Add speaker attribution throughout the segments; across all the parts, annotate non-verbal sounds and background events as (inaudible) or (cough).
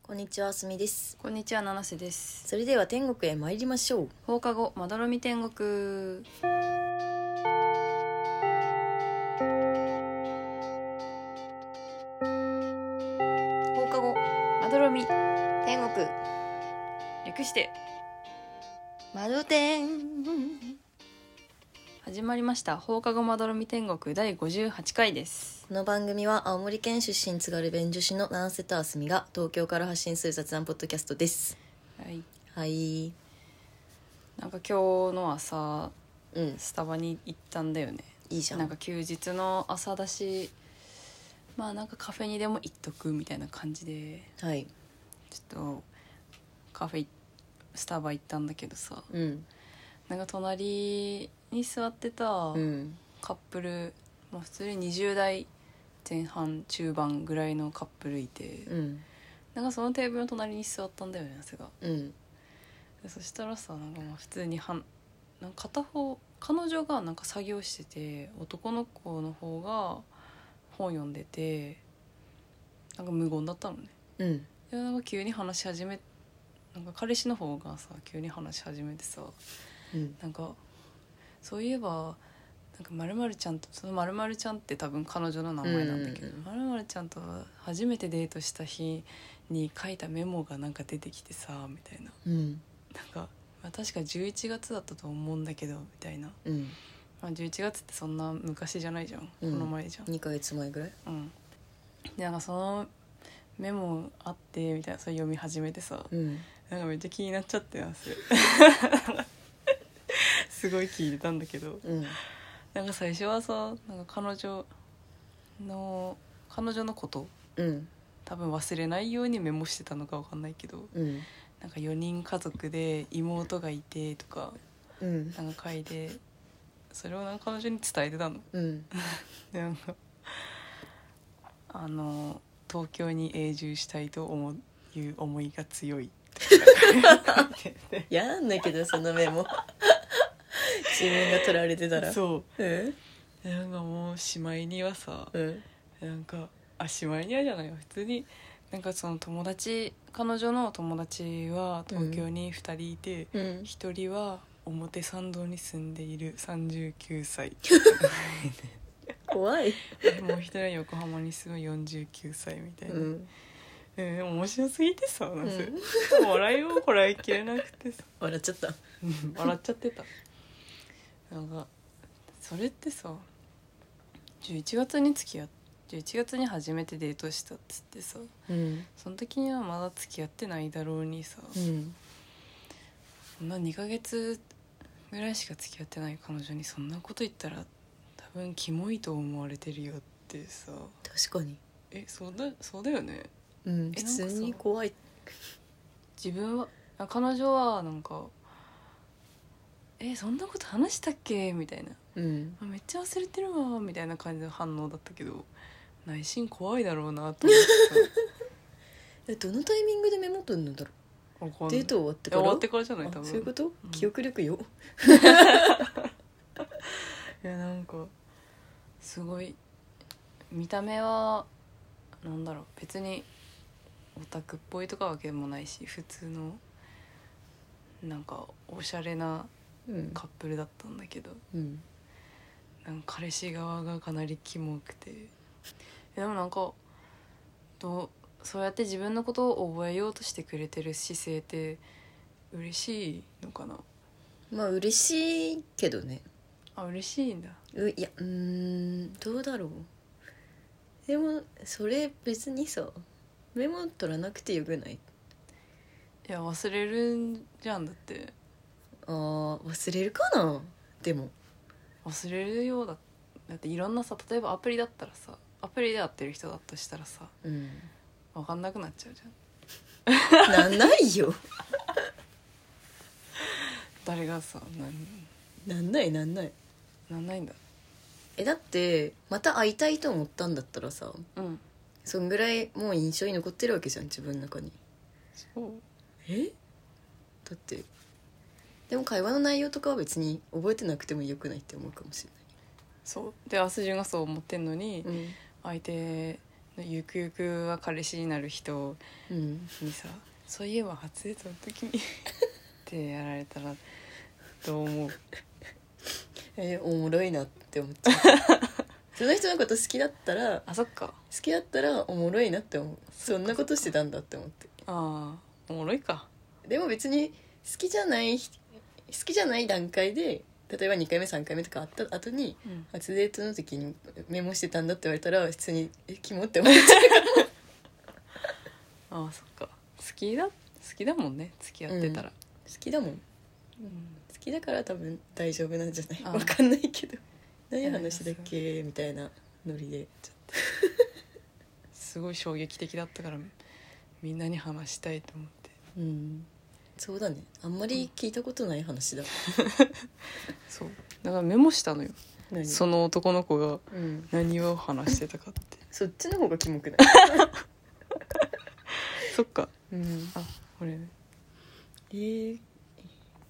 Speaker 1: こんにちは、すみです。
Speaker 2: こんにちは七瀬です
Speaker 1: それでは天国へ参りましょう。
Speaker 2: 放課後まどろみ天国放課後まどろみ
Speaker 1: 天国、
Speaker 2: 略して
Speaker 1: 窓天。
Speaker 2: 始まりました放課後まどろみ天国第58回です
Speaker 1: この番組は青森県出身津軽弁女子の七瀬とあすみが東京から発信する雑談ポッドキャストです。
Speaker 2: はい
Speaker 1: はい。
Speaker 2: なんか今日の朝
Speaker 1: うん、い
Speaker 2: スタバに行ったんだよね
Speaker 1: いじゃん。
Speaker 2: なんか休日の朝だしまあなんかカフェにでも行っとくみたいな感じで
Speaker 1: はい。
Speaker 2: ちょっとカフェスタバ行ったんだけどさ
Speaker 1: うん、
Speaker 2: なんか隣に座ってた
Speaker 1: うん、
Speaker 2: カップル、まあ普通に20代前半中盤ぐらいのカップルいて、
Speaker 1: うん、
Speaker 2: なんかそのテーブルの隣に座ったんだよねそが
Speaker 1: うん、
Speaker 2: でそしたらさなんかまあ普通にはんなんか片方彼女がなんか作業してて男の子の方が本読んでてなんか無言だったのね
Speaker 1: うん、
Speaker 2: いやなんか急に話し始めなんか彼氏の方がさ急に話し始めてさ
Speaker 1: うん、
Speaker 2: なんかそういえばなんか〇〇ちゃんとその〇〇ちゃんって多分彼女の名前なんだけど
Speaker 1: うんうん
Speaker 2: 〇〇ちゃんと初めてデートした日に書いたメモがなんか出てきてさみたいな
Speaker 1: うん、
Speaker 2: なんかまあ確か11月だったと思うんだけどみたいな、
Speaker 1: うん、
Speaker 2: まあ、11月ってそんな昔じゃないじゃん、
Speaker 1: うん
Speaker 2: この前じゃん
Speaker 1: 二ヶ月前ぐらい。
Speaker 2: うんでなんかそのメモあってみたいなそれ読み始めてさ、
Speaker 1: うん、
Speaker 2: なんかめっちゃ気になっちゃってますすごい聞いてたんだけど
Speaker 1: うん、
Speaker 2: なんか最初はさなんか彼女の彼女のこと
Speaker 1: うん、
Speaker 2: 多分忘れないようにメモしてたのかわかんないけど
Speaker 1: うん、
Speaker 2: なんか4人家族で妹がいてとか
Speaker 1: うん、
Speaker 2: なんか書いてそれをなんか彼女に伝えてたの。
Speaker 1: うん、
Speaker 2: でなんかあの東京に永住したいと思ういう思いが強い
Speaker 1: (laughs) やなんだけど、そのメモ。 (laughs) 自分が取られてたら。う。
Speaker 2: そう
Speaker 1: うん、
Speaker 2: なんかもうしまいにはさ
Speaker 1: うん、
Speaker 2: なんかあしまいにはじゃないよ普通になんかその友達彼女の友達は東京に2人いて、
Speaker 1: うん。
Speaker 2: 1人は表参道に住んでいる39歳
Speaker 1: (laughs) 怖い。
Speaker 2: もう1人は横浜に住む49歳みたいな、
Speaker 1: うん。
Speaker 2: えー面白すぎてさなんか
Speaker 1: うん
Speaker 2: 笑いをこらえきれなくてさ
Speaker 1: 笑っちゃった。
Speaker 2: 笑っちゃってたなんかそれってさ11月に付き合っ11月に初めてデートしたっつってさ
Speaker 1: うん。
Speaker 2: その時にはまだ付き合ってないだろうにさ、
Speaker 1: うん。
Speaker 2: そんな2ヶ月ぐらいしか付き合ってない彼女にそんなこと言ったら多分キモいと思われてるよってさ
Speaker 1: 確かに。
Speaker 2: えそうだそうだよね
Speaker 1: うん。
Speaker 2: え
Speaker 1: 普通に怖い。
Speaker 2: 自分はあ彼女はなんか「えそんなこと話したっけ?」みたいな
Speaker 1: うん。
Speaker 2: あ「めっちゃ忘れてるわ」みたいな感じの反応だったけど内心怖いだろうなと思って
Speaker 1: え、どのタイミングでメモ取るんだろ
Speaker 2: さ (laughs) わかん
Speaker 1: う。
Speaker 2: ない
Speaker 1: デート終わっ
Speaker 2: え
Speaker 1: てか
Speaker 2: 終
Speaker 1: ら。
Speaker 2: わってからじゃない多
Speaker 1: あ
Speaker 2: 分
Speaker 1: そういうこと
Speaker 2: う。ん
Speaker 1: 記憶力よ。
Speaker 2: いやなんかすごい見た目はなんだろう別にオタクっぽいとかわけでもないし普通のなんかおしゃれな
Speaker 1: うん。
Speaker 2: カップルだったんだけど
Speaker 1: うん。
Speaker 2: なんか彼氏側がかなりキモくてでもなんかどうそうやって自分のことを覚えようとしてくれてる姿勢って嬉しいのかな
Speaker 1: まあ、嬉しいけどね。
Speaker 2: あ嬉しいんだ
Speaker 1: う、いや、うーん、どうだろう。でも、それ別にさ。メモ取らなくてよくない。
Speaker 2: いや忘れるんじゃんだって
Speaker 1: あー忘れるかな。でも。
Speaker 2: 忘れるようだだっていろんなさ例えばアプリだったらさアプリで会ってる人だとしたらさ (laughs)
Speaker 1: うん。
Speaker 2: 分かんなくなっちゃうじゃん
Speaker 1: なんないよ。
Speaker 2: 誰がさ
Speaker 1: なんない、なんない。
Speaker 2: なんなんないんだ
Speaker 1: え、だって、また会いたいと思ったんだったらさ。
Speaker 2: うん
Speaker 1: そんぐらいもう印象に残ってるわけじゃん自分の中に
Speaker 2: そう
Speaker 1: えだってでも会話の内容とかは別に覚えてなくてもよくないって思うかもし
Speaker 2: そうで明日順がそう思ってんのに、
Speaker 1: れない
Speaker 2: 相手ゆくゆくは彼氏になる人
Speaker 1: うん
Speaker 2: にさ「そういえば初デートの時 (laughs) に」ってやられたらどう思う
Speaker 1: えおもろいなって思っちゃう (laughs) その人のこと好きだったら
Speaker 2: あそっか
Speaker 1: 好きだったらおもろいなって思うそんなことしてたんだって思って
Speaker 2: ああおもろいか
Speaker 1: でも別に好きじゃない人好きじゃない段階で例えば2回目3回目とかあった後に
Speaker 2: うん
Speaker 1: 初デートの時にメモしてたんだって言われたら普通に「えキモ?」って (laughs) 思っちゃ
Speaker 2: ああそっか好きだ好きだもんね付き合ってたら、
Speaker 1: う好きだもん
Speaker 2: うん
Speaker 1: 好きだから多分大丈夫なんじゃない
Speaker 2: あー
Speaker 1: わかんないけど何話だっけみたいなノリでちょっ
Speaker 2: すごい衝撃的だったからみんなに話したいと思って
Speaker 1: とうんそうだねあんまり聞いたことない話だ、
Speaker 2: そうだからメモしたのよ
Speaker 1: 何
Speaker 2: その男の子が
Speaker 1: うん、
Speaker 2: 何を話してたかって
Speaker 1: そっちの方がキモくない、
Speaker 2: (laughs) そっか
Speaker 1: うん、
Speaker 2: あこれ
Speaker 1: えー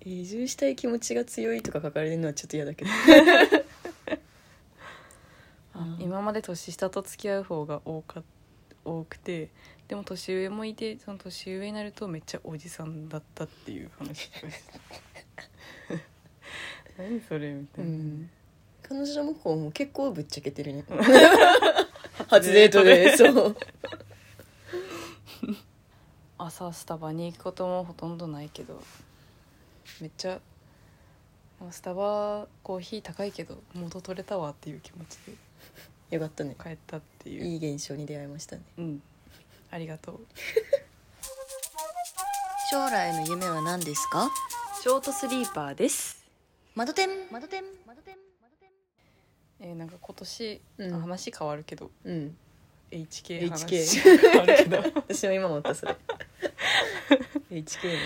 Speaker 1: 移住したい気持ちが強いとか書かれるのはちょっと嫌だ (laughs) けど
Speaker 2: あ
Speaker 1: うん
Speaker 2: 今まで年下と付き合う方が多か多くてでも年上もいてその年上になるとめっちゃおじさんだったっていう話をして (laughs) た何それみたいな、
Speaker 1: うん彼女の向こうも結構ぶっちゃけてるね (laughs) 初
Speaker 2: 初
Speaker 1: デー
Speaker 2: デー
Speaker 1: ト
Speaker 2: ト
Speaker 1: で
Speaker 2: で
Speaker 1: そう
Speaker 2: 朝スタバに行くこともほとんどないけどめっちゃなんかスタバコーヒー高いけど元取れたわっていう気持ちで
Speaker 1: (laughs) よかったね
Speaker 2: 帰ったっていう
Speaker 1: いい現象に出会いましたね
Speaker 2: うんありがとう
Speaker 1: 将来の夢は何ですか
Speaker 2: ショートスリーパーです
Speaker 1: 窓店窓店
Speaker 2: えー、なんか今年、
Speaker 1: うん
Speaker 2: あ話変わるけど
Speaker 1: うん
Speaker 2: HK 話
Speaker 1: HK
Speaker 2: 変わるけど
Speaker 1: 私も今思ったそ (laughs) れ HK ね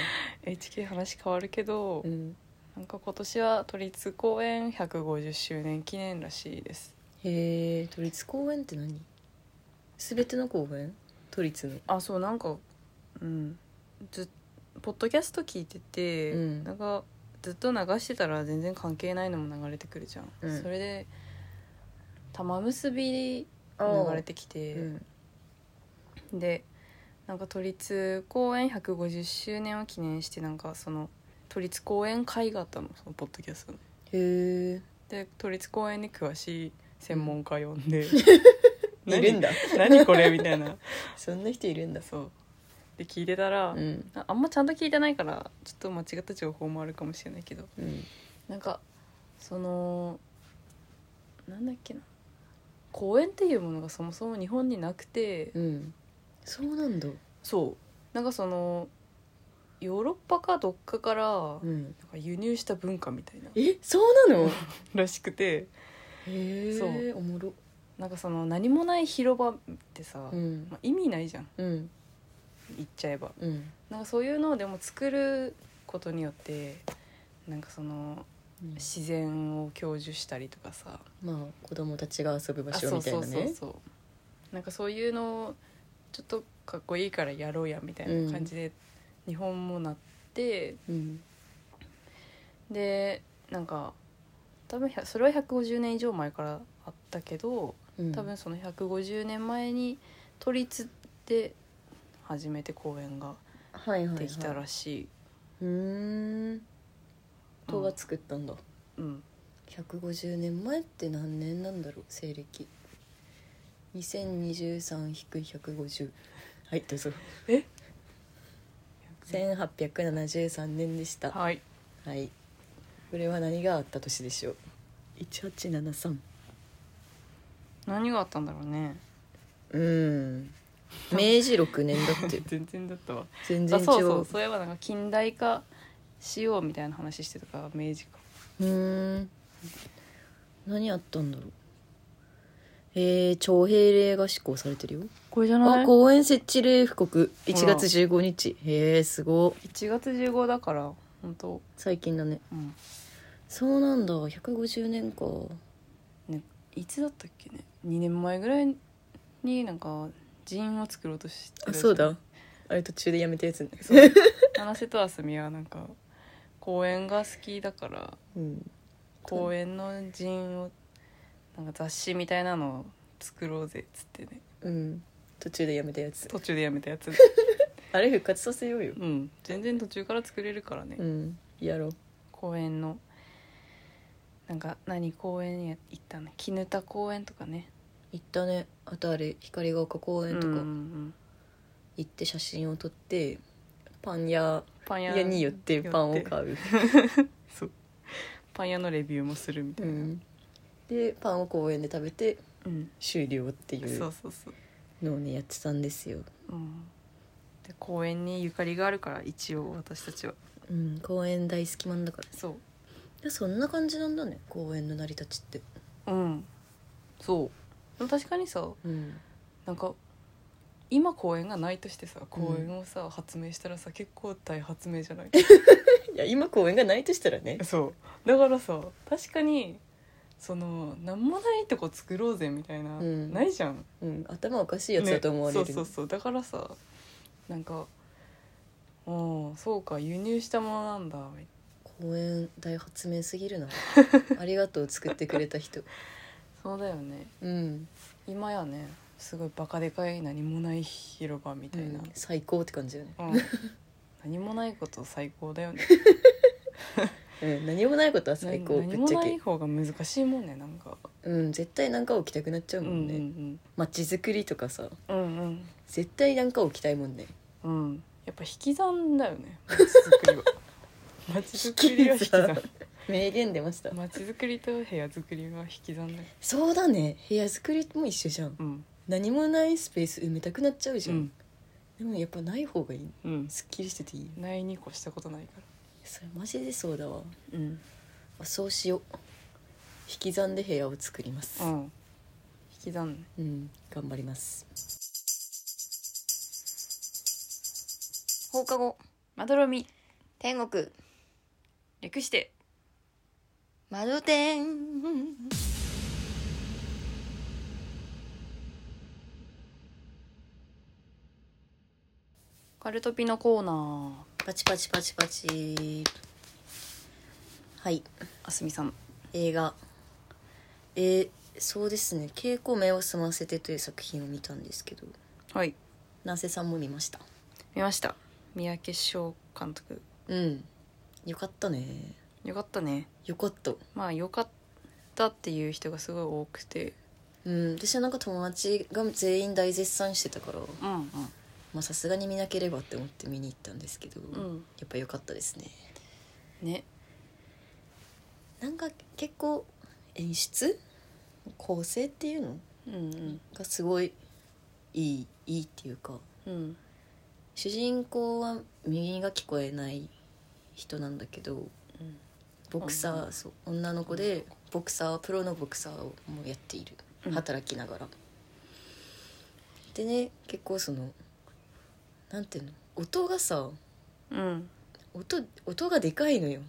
Speaker 2: HK 話変わるけど、
Speaker 1: うん
Speaker 2: なんか今年は都立公園150周年記念らしいです
Speaker 1: へえ都立公園って何全ての公園都立の
Speaker 2: あそうなんかうんずポッドキャスト聞いてて、
Speaker 1: うん
Speaker 2: なんかずっと流してたら全然関係ないのも流れてくるじゃん、
Speaker 1: うん
Speaker 2: それで玉結び流れてきて、
Speaker 1: うん
Speaker 2: でなんか都立公園150周年を記念してなんかその都立公園会があったのそのポッドキャストの
Speaker 1: へ
Speaker 2: で都立公園に詳しい専門家呼んで
Speaker 1: (laughs) えいるんだ
Speaker 2: 何何これみたいな
Speaker 1: (laughs) そんな人いるんだ
Speaker 2: そうで聞いてたら、
Speaker 1: うん
Speaker 2: ああんまちゃんと聞いてないからちょっと間違った情報もあるかもしれないけど
Speaker 1: うん
Speaker 2: なんかそのなんだっけな公園っていうものがそもそも日本になくて、
Speaker 1: うんそうなんだ
Speaker 2: そうなんかそのヨーロッパかどっかからなん
Speaker 1: うん
Speaker 2: か輸入した文化みたいな
Speaker 1: えそうなの
Speaker 2: らしくて
Speaker 1: へえ
Speaker 2: そう
Speaker 1: おもろ
Speaker 2: なんかその何もない広場ってさ、
Speaker 1: うん
Speaker 2: まあ、意味ないじゃん
Speaker 1: うん
Speaker 2: 言っちゃえば
Speaker 1: うん
Speaker 2: なんかそういうのをでも作ることによってなんかその自然を享受したりとかさ
Speaker 1: まあ子供たちが遊ぶ場
Speaker 2: あ
Speaker 1: 所
Speaker 2: そう
Speaker 1: みたい
Speaker 2: そう
Speaker 1: な
Speaker 2: そう
Speaker 1: ね
Speaker 2: そうなんかそういうのをちょっとかっこいいからやろうやみたいな感じで日本もなって、
Speaker 1: うん
Speaker 2: でなんか多分ひゃそれは150年以上前からあったけど
Speaker 1: うん
Speaker 2: 多分その150年前に都立で初めて公演が
Speaker 1: はいはいはい
Speaker 2: できたらしい、
Speaker 1: うーん
Speaker 2: う
Speaker 1: 都
Speaker 2: ん
Speaker 1: が作ったんだ
Speaker 2: うん
Speaker 1: 150年前って何年なんだろう西暦2023-150はいどうぞ
Speaker 2: え
Speaker 1: 1873年でした
Speaker 2: はい
Speaker 1: はいこれは何があった年でしょう1873
Speaker 2: 何があったんだろうね
Speaker 1: うん明治6年だって (laughs)
Speaker 2: 全然だったわ
Speaker 1: 全然
Speaker 2: あ
Speaker 1: 違う
Speaker 2: そうそうそういえばなんか近代化しようみたいな話してたから明治か
Speaker 1: うーん何あったんだろうえー、徴兵令が施行されてるよ
Speaker 2: これじゃな
Speaker 1: あ
Speaker 2: い
Speaker 1: 公園設置令布告1
Speaker 2: ほら
Speaker 1: 月15日へえすごい
Speaker 2: 1月15だから本当
Speaker 1: 最近だね
Speaker 2: うん
Speaker 1: そうなんだ150年か
Speaker 2: ねいつだったっけね2年前ぐらいになんか寺院を作ろうとしてたじゃん
Speaker 1: あれ途中でやめたやつね
Speaker 2: そう七瀬とあすみはなんか公園が好きだから
Speaker 1: うん
Speaker 2: 公園の陣をなんか雑誌みたいなのを作ろうぜっつってね
Speaker 1: うん途中でやめたやつ
Speaker 2: 途中でやめたやつ
Speaker 1: あれ復活させようよ
Speaker 2: うん全然途中から作れるからね、
Speaker 1: うんやろう
Speaker 2: 公園のなんか何公園に行ったね絹田公園とかね
Speaker 1: 行ったねあとあれ光が丘公園と
Speaker 2: うんう
Speaker 1: か
Speaker 2: んうん
Speaker 1: 行って写真を撮ってパン屋
Speaker 2: パン屋
Speaker 1: 屋に寄ってパンを
Speaker 2: う
Speaker 1: 買う、
Speaker 2: パン屋のレビューもするみた
Speaker 1: う
Speaker 2: いな、
Speaker 1: ん、でパンを公園で食べて
Speaker 2: うん
Speaker 1: 終了ってい
Speaker 2: そううそうそう
Speaker 1: のをねやってたんですよ、
Speaker 2: うんで公園にゆかりがあるから一応私たちは
Speaker 1: うん、公園大好きマンだから
Speaker 2: そ
Speaker 1: でそんな感じなんだね公園の成り立ちって、
Speaker 2: ううんそうでも確かにさ
Speaker 1: うん、
Speaker 2: なんか今公園がないとしてさ公園をさ、発明したらさ結構大発明じゃない
Speaker 1: いや今公園がないとしたらね
Speaker 2: (laughs) そうだからさ確かにその何もないとこ作ろうぜみたいな、
Speaker 1: うん
Speaker 2: ないじゃん
Speaker 1: うん、頭おかしいやつだと思われる、
Speaker 2: ねそうそうそうだからさなんかうんそうか輸入したものなんだ
Speaker 1: 公園大発明すぎ
Speaker 2: (laughs)
Speaker 1: るなありがとう作ってくれた人
Speaker 2: そうだよね
Speaker 1: うん、
Speaker 2: 今やねすごいバカでかい何もない広場みた
Speaker 1: う
Speaker 2: いな、
Speaker 1: ん、最高って感じだよね、 (laughs)
Speaker 2: うん何もないこと最高だよね
Speaker 1: うん、何もないことは最高ぶ
Speaker 2: な何
Speaker 1: っ
Speaker 2: も
Speaker 1: ちゃ
Speaker 2: な
Speaker 1: け
Speaker 2: い、方が難しいもんねなんか
Speaker 1: うん、絶対なんか起きたくなっちゃう
Speaker 2: う
Speaker 1: ん
Speaker 2: う
Speaker 1: もんね、
Speaker 2: ん
Speaker 1: 街づくりとかさ
Speaker 2: うんうん
Speaker 1: 絶対なんか起きたいもんね
Speaker 2: うんうんやっぱ引き算だよね街づくりは
Speaker 1: (laughs)
Speaker 2: 街づくりは引き算
Speaker 1: 名言出ました
Speaker 2: 街づくりと部屋づくりは引き算だよ
Speaker 1: そうだね部屋作りも一緒じゃん
Speaker 2: うん
Speaker 1: 何もないスペース埋めたくなっちゃうじ
Speaker 2: う
Speaker 1: ゃん、
Speaker 2: ん
Speaker 1: でもやっぱない方がいい
Speaker 2: うん
Speaker 1: すっきりしてていい
Speaker 2: ないに越したことないか
Speaker 1: それマジでそうだわ
Speaker 2: らうん
Speaker 1: あそうしよう引き算で部屋を作ります
Speaker 2: うん引き算ね
Speaker 1: うん頑張ります
Speaker 2: 放課後まどろみ
Speaker 1: 天国
Speaker 2: 略して
Speaker 1: 窓天
Speaker 2: カルトピのコーナ
Speaker 1: パチパチパチパチはい
Speaker 2: ーあすみさん
Speaker 1: 映画えーそうですね「稽古目を澄ませて」という作品を見たんですけど
Speaker 2: はい
Speaker 1: 南瀬さんも見ました
Speaker 2: 見ました三宅翔監督
Speaker 1: うんよかったね
Speaker 2: よかったね
Speaker 1: よかった
Speaker 2: まあよかったっていう人がすごい多くて
Speaker 1: うん私はなんか友達が全員大絶賛してたから
Speaker 2: うんうん
Speaker 1: まあさすがに見なければって思って見に行ったんですけど、
Speaker 2: ん
Speaker 1: やっぱ良かったですね
Speaker 2: ね
Speaker 1: なんか結構演出構成っていうの
Speaker 2: うん
Speaker 1: がすごいいいいいっていうか
Speaker 2: うんうん
Speaker 1: 主人公は右が聞こえない人なんだけど
Speaker 2: うん
Speaker 1: ボクサーそう女の子でボクサープロのボクサーをもうやっている
Speaker 2: うん
Speaker 1: 働きながら、でね結構そのなんていうの音がさ
Speaker 2: うん
Speaker 1: 音音がでかいのよ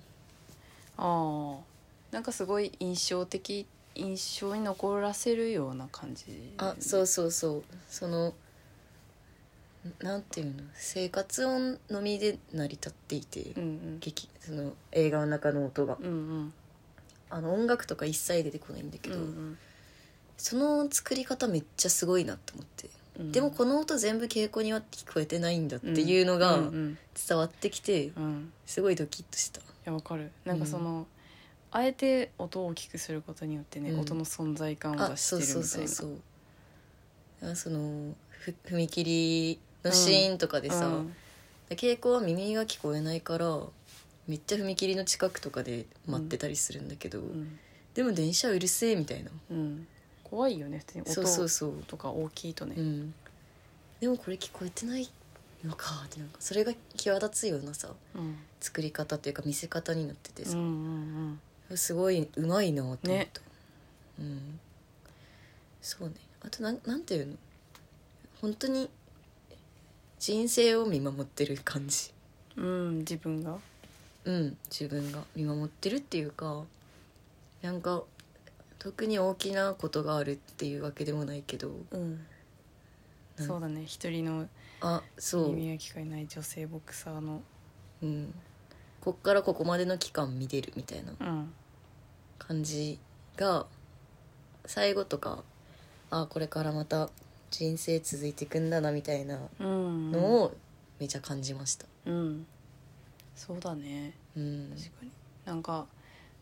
Speaker 2: ああなんかすごい印象的印象に残らせるような感じ
Speaker 1: あそうそうそうそのなんていうの生活音のみで成り立っていて、
Speaker 2: うん
Speaker 1: 劇その映画の中の音が
Speaker 2: うんうん
Speaker 1: あの音楽とか一切出てこないんだけ
Speaker 2: うんう
Speaker 1: ど、
Speaker 2: ん
Speaker 1: その作り方めっちゃすごいなと思って、
Speaker 2: うん
Speaker 1: でもこの音全部稽古には聞こえてないんだっていうのが
Speaker 2: うんうん
Speaker 1: 伝わってきて
Speaker 2: うんうん
Speaker 1: すごいドキッとした
Speaker 2: いやわかるなんかその、あえて音を大きくすることによってね、
Speaker 1: うん
Speaker 2: 音の存在感を
Speaker 1: あ
Speaker 2: 出して
Speaker 1: そう
Speaker 2: るみたい
Speaker 1: そう
Speaker 2: な
Speaker 1: そうそうあそのふ踏切のシーンとかでさ、
Speaker 2: うん
Speaker 1: 稽古は耳が聞こえないからめっちゃ踏切の近くとかで待ってたりするんだけど、
Speaker 2: うん
Speaker 1: でも電車うるせえみたいな
Speaker 2: うん怖いよね普通に音
Speaker 1: そうそうそう
Speaker 2: とか大きいとね、
Speaker 1: うん、でもこれ聞こえてないのかってなんかそれが際立つようなさ
Speaker 2: うん
Speaker 1: 作り方というか見せ方になってて
Speaker 2: うんう
Speaker 1: さ、
Speaker 2: ん
Speaker 1: すごいうまいなと思った、
Speaker 2: ね
Speaker 1: うん、そうねあとなんなんていうの本当に人生を見守ってる感じ
Speaker 2: うん、うん、自分が
Speaker 1: うん自分が見守ってるっていうかなんか特に大きなことがあるっていうわけでもないけど
Speaker 2: うん
Speaker 1: なん
Speaker 2: そうだね一人の
Speaker 1: あそう
Speaker 2: 耳が聞こえない女性ボクサーの
Speaker 1: うん、こっからここまでの期間見てるみたいな
Speaker 2: うん
Speaker 1: 感じが最後とかあこれからまた人生続いていくんだなみたいな
Speaker 2: うん
Speaker 1: のをめちゃ感じました
Speaker 2: うんそうだね
Speaker 1: うん
Speaker 2: 確かになんか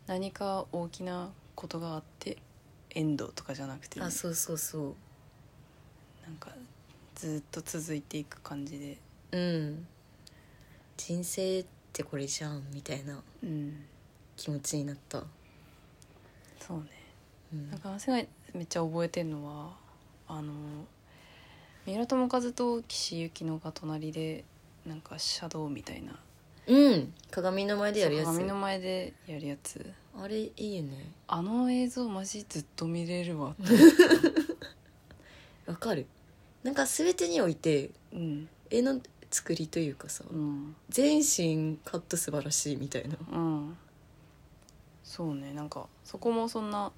Speaker 2: 何か大きなことがあってエンドとかじゃなくてね、
Speaker 1: あそうそうそ
Speaker 2: なんかずっと続いていく感じ
Speaker 1: う
Speaker 2: で
Speaker 1: うん人生ってこれじゃんみたいな
Speaker 2: うん
Speaker 1: 気持ちになった、
Speaker 2: そうね
Speaker 1: うん
Speaker 2: なんか汗がめっちゃ覚えてるのはあの三浦友和と岸由紀乃が隣でなんかシャドウみたいな
Speaker 1: うん鏡の前でやるやつ
Speaker 2: 鏡の前でやるやつ
Speaker 1: あれいいよね
Speaker 2: あの映像マジずっと見れるわ
Speaker 1: わかるなんか全てにおいて
Speaker 2: うん
Speaker 1: 絵の作りというかさ、
Speaker 2: うん
Speaker 1: 全身カット素晴らしいみたいな
Speaker 2: うんそうねなんかそこもそんな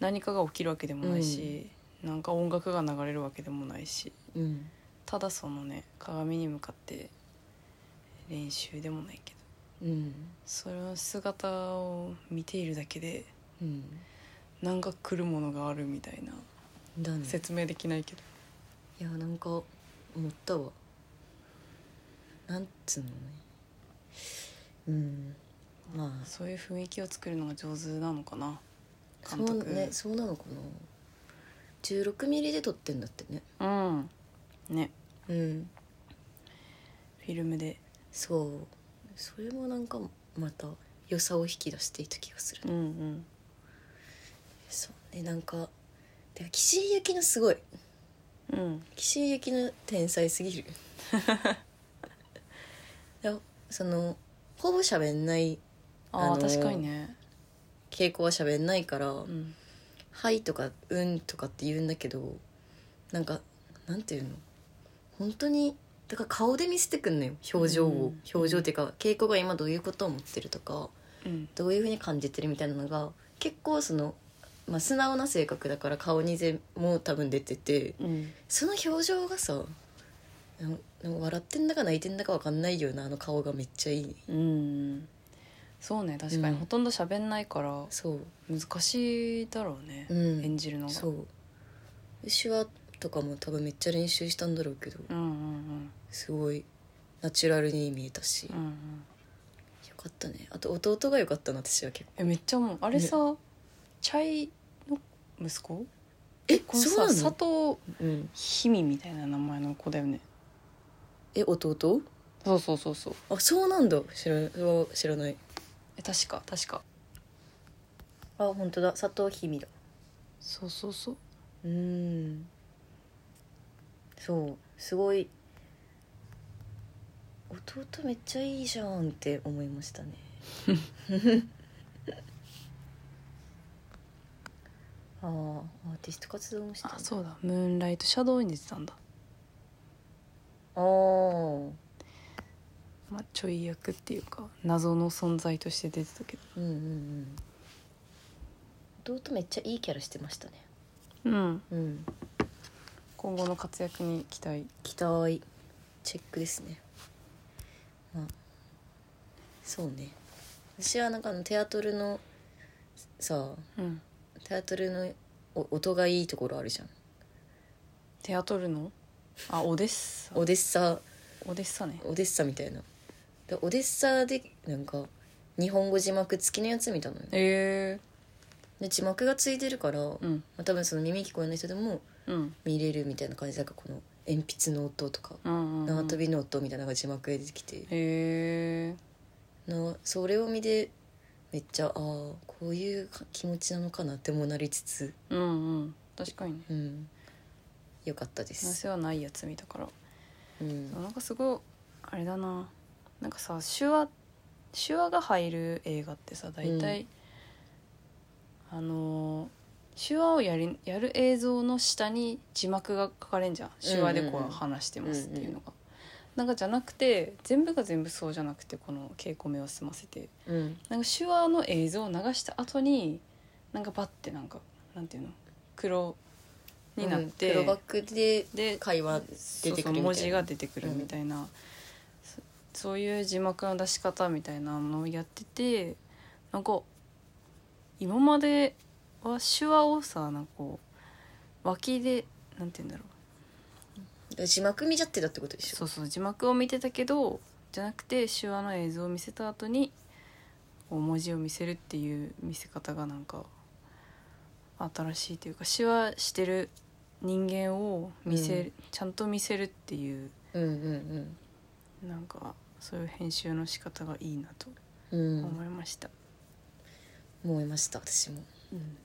Speaker 2: 何かが起きるわけでもないし、なんか音楽が流れるわけでもないし
Speaker 1: うん
Speaker 2: ただそのね鏡に向かって練習でもないけ
Speaker 1: う
Speaker 2: ど
Speaker 1: ん
Speaker 2: その姿を見ているだけで
Speaker 1: うん
Speaker 2: なんか来るものがあるみたいな、
Speaker 1: だね
Speaker 2: 説明できないけど
Speaker 1: いやなんか思ったわなんつうのねうんまあ
Speaker 2: そういう雰囲気を作るのが上手なのかな
Speaker 1: そ
Speaker 2: 監
Speaker 1: う
Speaker 2: 督
Speaker 1: ねそうなのかな16ミリで撮ってんだってね
Speaker 2: うんね
Speaker 1: うん
Speaker 2: フィルムで
Speaker 1: そうそれもなんかまた良さを引き出していた気がするね
Speaker 2: うんうん
Speaker 1: そうねなんかで岸井ゆきのすごい
Speaker 2: うん
Speaker 1: 岸井ゆきの天才すぎ (laughs) るいやそのほぼ喋んない
Speaker 2: あー
Speaker 1: あのー
Speaker 2: 確かにね
Speaker 1: 傾向は喋んないから「
Speaker 2: うん
Speaker 1: はい」とか「うん」とかって言うんだけどなんかなんていうの本当にだから顔で見せてくんのよ表情を、
Speaker 2: うん
Speaker 1: 表情っていうか傾向が今どういうことを思ってるとか
Speaker 2: うん
Speaker 1: どういうふうに感じてるみたいなのが結構その、まあ、素直な性格だから顔にぜも多分出てて
Speaker 2: うん
Speaker 1: その表情がさなんなんか笑ってんだか泣いてんだか分かんないようなあの顔がめっちゃいいね
Speaker 2: うんそうね確かに、
Speaker 1: うん
Speaker 2: ほとんど喋んないから
Speaker 1: そう
Speaker 2: 難しいだろうね、
Speaker 1: うん
Speaker 2: 演じるのが
Speaker 1: そう手話とかも多分めっちゃ練習したんだろうけど
Speaker 2: うんうん
Speaker 1: すごいナチュラルに見えたし、
Speaker 2: うんうん
Speaker 1: よ
Speaker 2: うん
Speaker 1: かったねあと弟がよかったな私は結構
Speaker 2: えめっちゃもうあれさ、チャイの息子
Speaker 1: え
Speaker 2: このさ佐藤
Speaker 1: うん、
Speaker 2: ひみみたいな名前の子だよね
Speaker 1: え弟
Speaker 2: そうそうそうそう
Speaker 1: あそうなんだ知らうわ知らない
Speaker 2: え確か確か
Speaker 1: あ本当だ佐藤姫だ
Speaker 2: そうそうそう
Speaker 1: うーんそうすごい弟めっちゃいいじゃんって思いま (laughs) したねああアーティスト活動もしてたん
Speaker 2: あ
Speaker 1: だ
Speaker 2: そうだムーンライトシャドウに出てたんだ、
Speaker 1: あー
Speaker 2: まあ、ちょい役っていうか謎の存在として出てたけど
Speaker 1: うんうんうん弟めっちゃいいキャラしてましたね
Speaker 2: うん
Speaker 1: うん
Speaker 2: 今後の活躍に期待
Speaker 1: 期待チェックですねまあそうね私はなんかあのテアトルのさ
Speaker 2: うん
Speaker 1: テアトルのお音がいいところあるじゃん
Speaker 2: テアトルのあオデッサ
Speaker 1: オデッサ
Speaker 2: オデッサね
Speaker 1: オデッサみたいなでオデッサでなんか日本語字幕付きのやつ見たのよ
Speaker 2: え
Speaker 1: で字幕がついてるから、ま
Speaker 2: えうん
Speaker 1: あ、多分その耳聞こえない人でも
Speaker 2: うん
Speaker 1: 見れるみたいな感じなんかこの鉛筆の音とか
Speaker 2: うんうん
Speaker 1: 縄跳
Speaker 2: へ
Speaker 1: びの音みたいなのが字幕で出てきて、
Speaker 2: え
Speaker 1: なそれを見てめっちゃああこういうか気持ちなのかなってもなりつつ、
Speaker 2: うんうん確かにね
Speaker 1: うん、よかったです。
Speaker 2: 話はないやつ見たから
Speaker 1: うん、
Speaker 2: なんかすごいあれだななんかさ手話手話が入る映画ってさ大体、あのー手話をやりやる映像の下に字幕が書かれんじゃん手話で
Speaker 1: うんうん
Speaker 2: こ
Speaker 1: うん
Speaker 2: う話してますっていうのが、なんかじゃなくて全部が全部そうじゃなくてこの稽古目を済ませて
Speaker 1: うん、
Speaker 2: なんか手話の映像を流した後になんかバッてなんかなんていうの黒になって、
Speaker 1: うん、黒幕で
Speaker 2: で
Speaker 1: 会話出てくるみたいな
Speaker 2: そうそう文字が出てくるみたいな、そそういう字幕の出し方みたいなのをやっててなんか今までは手話をさなんかこう脇でなんて言うんだろう
Speaker 1: ら字幕見ちゃってたってことでしょ
Speaker 2: そうそう字幕を見てたけどじゃなくて手話の映像を見せた後にこう文字を見せるっていう見せ方がなんか新しいというか手話してる人間を見せる、ちゃんと見せるっていう
Speaker 1: うんうん
Speaker 2: なんかそういう編集の仕方がいいなと
Speaker 1: うんうん
Speaker 2: 思いました、
Speaker 1: 思いました私も
Speaker 2: うん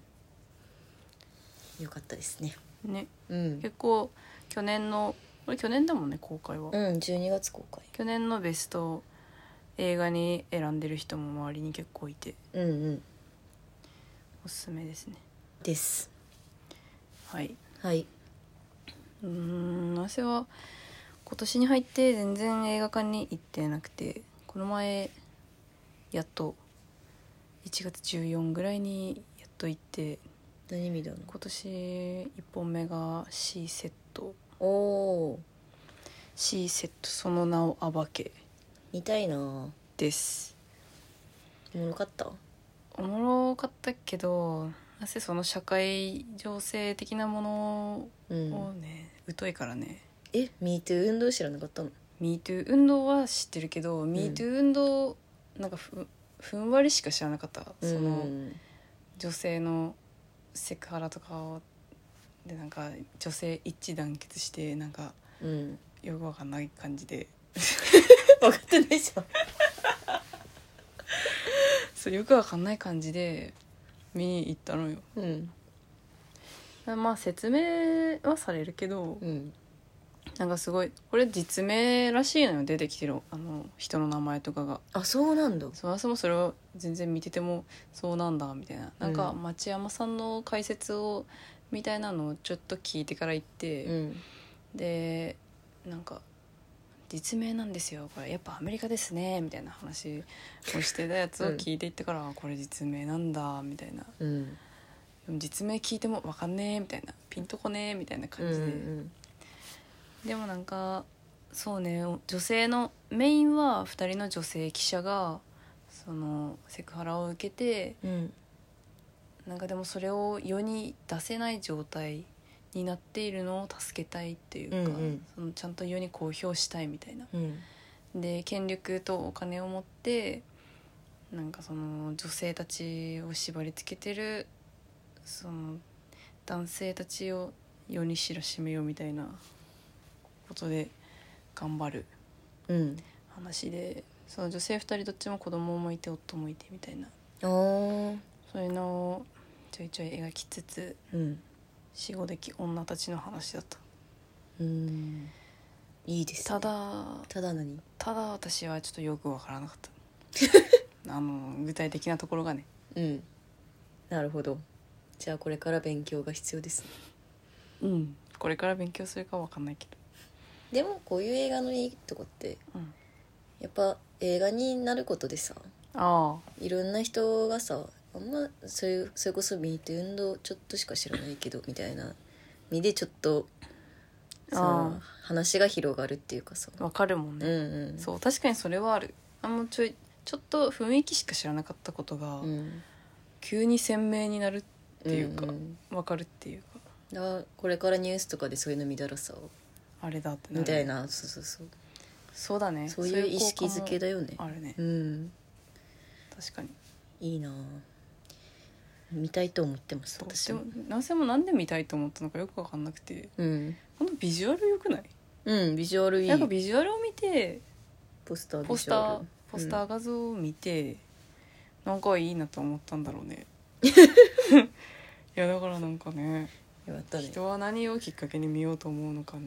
Speaker 1: よかったですね
Speaker 2: ね
Speaker 1: うん
Speaker 2: 結構去年のこれ去年だもんね公開
Speaker 1: う
Speaker 2: は、
Speaker 1: ん12月公開
Speaker 2: 去年のベスト映画に選んでる人も周りに結構いて
Speaker 1: うんうん
Speaker 2: おすすめですね
Speaker 1: です
Speaker 2: はい
Speaker 1: はい、
Speaker 2: うーん私は今年に入って全然映画館に行ってなくてこの前やっと1月14ぐらいにやっと行って
Speaker 1: 何見たの
Speaker 2: 今年1本目が C セット
Speaker 1: おお
Speaker 2: C セットその名を暴け
Speaker 1: 見たいなお
Speaker 2: です
Speaker 1: もろかった
Speaker 2: おもろかったけどなぜその社会情勢的なも
Speaker 1: う
Speaker 2: のを
Speaker 1: ん
Speaker 2: ね、疎いからね
Speaker 1: えミートゥ運動知らなかったの
Speaker 2: MeToo 運動は知ってるけど MeToo 運動なんかふふんわりしか知らなかった、
Speaker 1: う
Speaker 2: その
Speaker 1: ん
Speaker 2: 女性のセクハラとかをでなんか女性一致団結してなんか
Speaker 1: うん
Speaker 2: よくわかんない感じで
Speaker 1: 分かってないじゃん
Speaker 2: そうよくわかんない感じで見に行ったのよ
Speaker 1: うん
Speaker 2: まあ説明はされるけど
Speaker 1: うん
Speaker 2: なんかすごいこれ実名らしいのよ出てきてるあの人の名前とかが
Speaker 1: あそうなんだ
Speaker 2: そもそもそれを全然見ててもそうなんだみたいななんか
Speaker 1: うん
Speaker 2: 町山さんの解説をみたいなのをちょっと聞いてから行って、
Speaker 1: うん
Speaker 2: でなんか実名なんですよこれやっぱアメリカですねみたいな話をしてたやつを聞いていってから、あこれ実名なんだみたいな
Speaker 1: うん
Speaker 2: でも実名聞いてもわかんねえみたいなピンとこねえみたいな感じで、
Speaker 1: うん
Speaker 2: でもなんかそうね女性のメインは2人の女性記者がそのセクハラを受けて
Speaker 1: うん
Speaker 2: なんかでもそれを世に出せない状態になっているのを助けたいっていうか、
Speaker 1: うんうん
Speaker 2: そのちゃんと世に公表したいみたいな。
Speaker 1: うん
Speaker 2: で権力とお金を持ってなんかその女性たちを縛り付けてるその男性たちを世に知らしめようみたいなことで頑張る
Speaker 1: うん
Speaker 2: 話でその女性2人どっちも子供もいて夫もいてみたいな
Speaker 1: あー
Speaker 2: そういうのをちょいちょい描きつつ
Speaker 1: うん
Speaker 2: 死後でき女たちの話だった
Speaker 1: うんいいです
Speaker 2: た
Speaker 1: ね
Speaker 2: だ
Speaker 1: ただ何
Speaker 2: ただ私はちょっとよくわからなかったあの具体的なところがね
Speaker 1: うんなるほどじゃあこれから勉強が必要ですね
Speaker 2: うんこれから勉強するかわかんないけ
Speaker 1: でもこういう映画のいいとこって
Speaker 2: ど、うん、
Speaker 1: やっぱ映画になることでさ
Speaker 2: ああ
Speaker 1: いろんな人がさあんまそういうそれこそ「ミート運動ちょっとしか知らないけど」みたいな身でちょっとさ
Speaker 2: あ
Speaker 1: 話が広がるっていうかさ
Speaker 2: わかるもん
Speaker 1: う
Speaker 2: ね、
Speaker 1: んうん
Speaker 2: そう確かにそれはあるあもうちょいちょっと雰囲気しか知らなかったことが、
Speaker 1: うん
Speaker 2: 急に鮮明になるっていうか
Speaker 1: んん
Speaker 2: わかるっていうか
Speaker 1: だからこれからニュースとかでそういうの見たらさ
Speaker 2: あれだってなる
Speaker 1: みたいなそうそうそう
Speaker 2: そうだね
Speaker 1: そういう意識づけ
Speaker 2: だ
Speaker 1: だよね
Speaker 2: あるね
Speaker 1: うん
Speaker 2: 確かに
Speaker 1: いいなあ見たいと思ってます
Speaker 2: そう
Speaker 1: 私
Speaker 2: で
Speaker 1: も
Speaker 2: も男性もなんで見たいと思ったのかよくわかんなくて
Speaker 1: うん
Speaker 2: このビジュアル良くない
Speaker 1: うんビジュアルいい
Speaker 2: なんかビジュアルを見て
Speaker 1: ポスター
Speaker 2: ポ
Speaker 1: ビ
Speaker 2: ス
Speaker 1: ジュアル
Speaker 2: ターポスター画像を見て、なんかいいなと思ったんだろ
Speaker 1: (laughs)
Speaker 2: うねいやだからなんかね
Speaker 1: うんやったね
Speaker 2: 人は何をきっかけに見ようと思うのか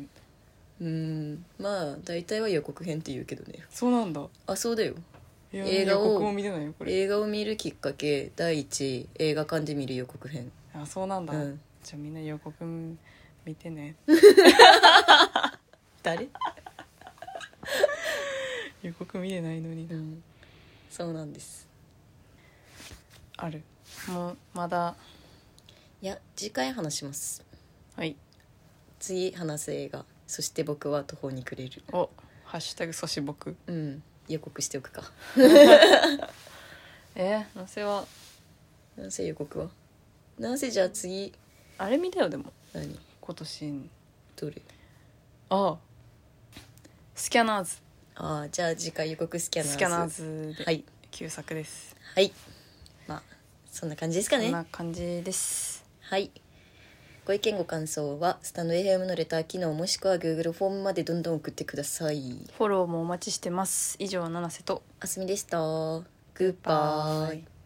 Speaker 1: うんまあ大体は予告編って言うけどね
Speaker 2: そうなんだ
Speaker 1: あそうだよ
Speaker 2: いや
Speaker 1: 映画を
Speaker 2: 予告も見てないよこれ
Speaker 1: 映画を見るきっかけ第一映画館で見る予告編
Speaker 2: あそうなんだ、
Speaker 1: うん
Speaker 2: じゃあみんな予告見てね
Speaker 1: 誰、
Speaker 2: 予告見てないのにな
Speaker 1: うん、そうなんです
Speaker 2: あるもうまだ
Speaker 1: いや次回話します
Speaker 2: はい
Speaker 1: 次話す映画そして僕は途方に暮れる
Speaker 2: おハッシュタグそしぼく
Speaker 1: うん予告しておくか
Speaker 2: えー、なせは
Speaker 1: なんせ予告はなんせじゃあ次
Speaker 2: あれ見たよでも
Speaker 1: 何
Speaker 2: 今年
Speaker 1: どれ
Speaker 2: あスキャナーズ
Speaker 1: ああじゃあ次回予告スキャナーズ
Speaker 2: スキャナーズで
Speaker 1: はい
Speaker 2: 旧作です、
Speaker 1: はいまあそんな感じですか
Speaker 2: こん
Speaker 1: ね
Speaker 2: な感じです
Speaker 1: はいご意見ご感想はスタンド FM のレター機能もしくは Google フォームまでどんどん送ってください
Speaker 2: フォローもお待ちしてます以上七瀬と
Speaker 1: あすみでしたグッバイ